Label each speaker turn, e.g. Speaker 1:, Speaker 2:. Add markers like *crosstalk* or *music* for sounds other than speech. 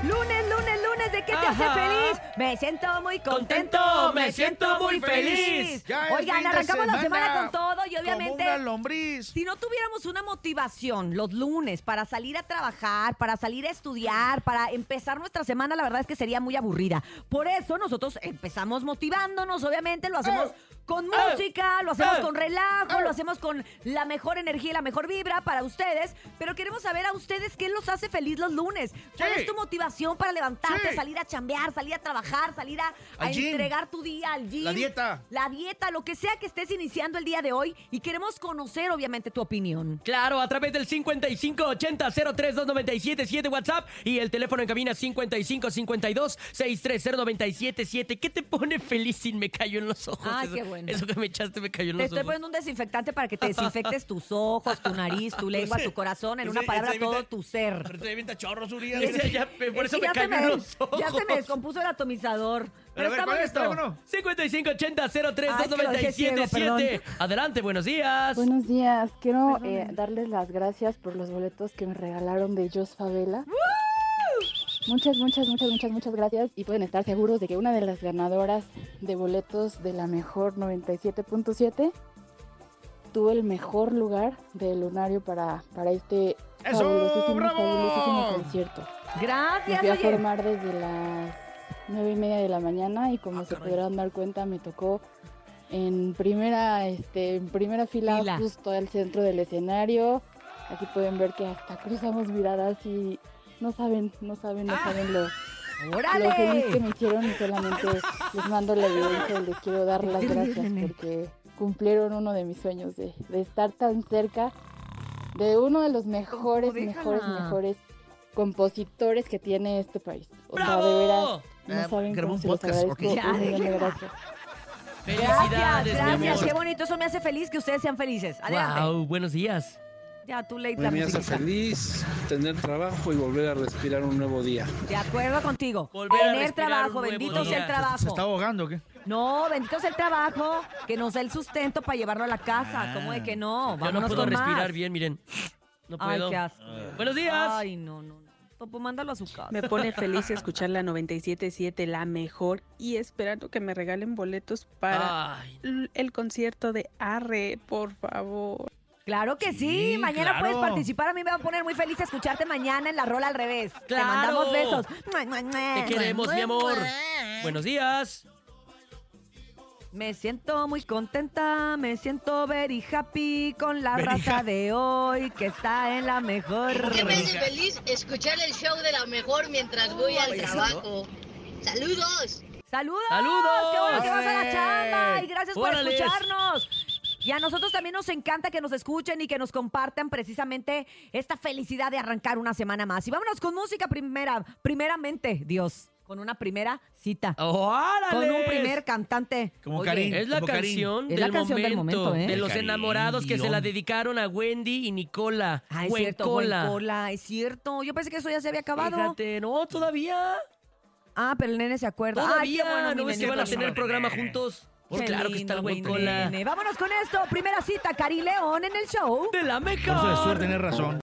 Speaker 1: Lunes, lunes, lunes, ¿de qué te hace
Speaker 2: Ajá.
Speaker 1: feliz? Me siento muy contento,
Speaker 2: Contento, me siento muy feliz.
Speaker 3: Ya es
Speaker 1: Oigan,
Speaker 3: fin de
Speaker 1: arrancamos la semana con
Speaker 3: semana,
Speaker 1: todo y obviamente...
Speaker 3: Como una lombriz.
Speaker 1: Si no tuviéramos una motivación los lunes para salir a trabajar, para salir a estudiar, para empezar nuestra semana, la verdad es que sería muy aburrida. Por eso nosotros empezamos motivándonos, obviamente lo hacemos con música, lo hacemos
Speaker 2: eh,
Speaker 1: con relajo,
Speaker 3: eh.
Speaker 1: lo hacemos con la mejor energía y la mejor vibra para ustedes, pero queremos saber a ustedes qué los hace feliz los lunes. ¿Cuál
Speaker 3: Sí.
Speaker 1: es tu motivación para levantarte,
Speaker 3: Sí.
Speaker 1: salir a chambear, salir a trabajar, salir a, a
Speaker 3: Al gym.
Speaker 1: entregar tu día al gym?
Speaker 3: La dieta.
Speaker 1: la dieta, lo que sea que estés iniciando el día de hoy y queremos conocer obviamente tu opinión.
Speaker 2: Claro, a través del 5580-032977 WhatsApp y el teléfono en cabina 5552-630977. ¿Qué te pone feliz sin me cayó en los ojos?
Speaker 1: Ah,
Speaker 2: Eso-
Speaker 1: qué bueno.
Speaker 2: Eso que me echaste me cayó en
Speaker 1: Te
Speaker 2: los
Speaker 1: estoy
Speaker 2: ojos.
Speaker 1: poniendo un desinfectante para que te
Speaker 2: *laughs*
Speaker 1: desinfectes tus ojos, tu nariz, tu lengua, tu corazón, en
Speaker 3: Ese-
Speaker 1: una palabra
Speaker 3: ese
Speaker 1: todo
Speaker 3: evita-
Speaker 1: tu ser.
Speaker 3: Ahorita ya bien tachorros, Urias.
Speaker 2: Ese ya- *laughs* por
Speaker 1: Es
Speaker 2: eso
Speaker 1: que
Speaker 2: me
Speaker 1: ya se
Speaker 2: cayó en los ojos.
Speaker 1: *laughs* Ya se me descompuso el atomizador. Pero,
Speaker 3: a ver,
Speaker 1: está
Speaker 3: ¿cuál es?
Speaker 1: bonito.
Speaker 3: Teléfono.
Speaker 2: 5580-032977. Adelante, buenos días.
Speaker 4: Buenos días, quiero eh,
Speaker 1: Perdónenme.
Speaker 4: darles las gracias por los boletos que me regalaron de Jos Favela. Muchas, muchas, muchas, muchas, muchas gracias y pueden estar seguros de que una de las ganadoras de boletos de la mejor 97.7 tuvo el mejor lugar de lunario para, para este
Speaker 3: ¡Eso,
Speaker 4: fabulosísimo,
Speaker 3: bravo!
Speaker 4: fabulosísimo concierto. Me
Speaker 1: Gracias,
Speaker 4: fui a
Speaker 1: oye.
Speaker 4: formar desde las nueve y media de la mañana y como se podrán dar cuenta me tocó en primera, este, en primera fila,
Speaker 1: Fila.
Speaker 4: justo al centro del escenario. Aquí pueden ver que hasta cruzamos miradas y no saben, no saben, no
Speaker 1: Ah.
Speaker 4: saben lo, lo feliz que
Speaker 1: ¡Órale!
Speaker 4: me hicieron y solamente les mando la evidencia y les quiero dar las
Speaker 1: Quiero
Speaker 4: gracias
Speaker 1: verme.
Speaker 4: porque cumplieron uno de mis sueños de, de estar tan cerca de uno de los mejores,
Speaker 1: déjala.
Speaker 4: mejores, mejores compositores que tiene este país. O sea, de veras,
Speaker 2: ¡Bravo!
Speaker 3: Eh,
Speaker 4: no saben
Speaker 3: grabó
Speaker 4: cómo
Speaker 3: un
Speaker 4: se los
Speaker 3: podcast,
Speaker 4: agradezco.
Speaker 3: ok.
Speaker 4: un
Speaker 1: Ya,
Speaker 4: millón de
Speaker 1: déjala.
Speaker 4: gracias.
Speaker 1: Gracias,
Speaker 2: Felicidades, mi
Speaker 1: gracias.
Speaker 2: amor.
Speaker 1: Qué bonito. Eso me hace feliz que ustedes sean felices. Adelante.
Speaker 2: Wow, buenos días.
Speaker 1: Ya, tú leí
Speaker 5: Hoy
Speaker 1: la
Speaker 5: me hace
Speaker 1: musiquita.
Speaker 5: feliz tener trabajo y volver a respirar un nuevo día.
Speaker 1: De acuerdo contigo.
Speaker 2: Volver a
Speaker 1: Tener
Speaker 2: respirar
Speaker 1: trabajo,
Speaker 2: un nuevo
Speaker 1: bendito sea el
Speaker 2: día.
Speaker 1: trabajo.
Speaker 3: ¿Se está ahogando o qué?
Speaker 1: No, bendito sea el trabajo que nos da el sustento para llevarlo a la casa.
Speaker 3: Ah.
Speaker 1: ¿Cómo de que no?
Speaker 2: Yo no
Speaker 1: Vámonos
Speaker 2: puedo
Speaker 1: con más.
Speaker 2: respirar bien, miren. No
Speaker 1: Ay,
Speaker 2: puedo.
Speaker 1: qué asco.
Speaker 2: Buenos días.
Speaker 1: Ay, no, no, no. Topo, mándalo a su casa.
Speaker 6: Me pone feliz escuchar la 97.7, la mejor, y esperando que me regalen boletos para
Speaker 2: Ay,
Speaker 6: l- el concierto de Arre, por favor.
Speaker 1: Claro que sí.
Speaker 3: Sí,
Speaker 1: mañana
Speaker 3: claro.
Speaker 1: puedes participar. A mí me va a poner muy feliz escucharte mañana en la rola al revés. Te
Speaker 2: Claro.
Speaker 1: mandamos besos.
Speaker 2: Te queremos,
Speaker 1: pues,
Speaker 2: mi amor. Buenos días.
Speaker 1: Me siento muy contenta, me siento very happy con la
Speaker 2: Very
Speaker 1: raza de hoy que está en la mejor.
Speaker 7: Que me hace feliz escuchar el show de la mejor mientras voy al trabajo. Saludos.
Speaker 1: ¡Saludos!
Speaker 2: ¡Saludos!
Speaker 1: ¡Qué bueno que vas a la
Speaker 3: ¡Órale!
Speaker 1: chamba! Y gracias por
Speaker 2: ¡Órale!
Speaker 1: escucharnos. Y a nosotros también nos encanta que nos escuchen y que nos compartan precisamente esta felicidad de arrancar una semana más. Y vámonos con música primera, primeramente, Dios, con una primera cita,
Speaker 2: ¡Órale!
Speaker 1: con un primer cantante.
Speaker 3: Como
Speaker 1: Oye,
Speaker 3: Karim.
Speaker 2: Es la
Speaker 3: Como Karim.
Speaker 2: canción,
Speaker 1: Es
Speaker 2: del,
Speaker 1: la canción
Speaker 2: momento,
Speaker 1: del momento, ¿eh?
Speaker 2: de los
Speaker 3: Karim
Speaker 2: enamorados que se
Speaker 3: Dion.
Speaker 2: la dedicaron a Wendy y Nicola.
Speaker 1: Ah, es
Speaker 2: Buen
Speaker 1: cierto,
Speaker 2: cola.
Speaker 1: buen cola, es cierto. Yo pensé que eso ya se había acabado.
Speaker 2: Fíjate, no, todavía.
Speaker 1: Ah, pero el nene se acuerda. Ay, qué
Speaker 2: Todavía.
Speaker 1: bueno, mi
Speaker 2: no ves
Speaker 1: nene,
Speaker 2: que van a
Speaker 1: qué
Speaker 2: tener
Speaker 1: bueno.
Speaker 2: programa juntos. Por
Speaker 1: Qué
Speaker 2: claro que está el
Speaker 1: lindo,
Speaker 2: buen
Speaker 1: mi
Speaker 2: cola.
Speaker 1: nene. Vámonos con esto. Primera cita, Cari León en el show.
Speaker 2: De la mejor.
Speaker 3: Por eso de suerte, tenés razón.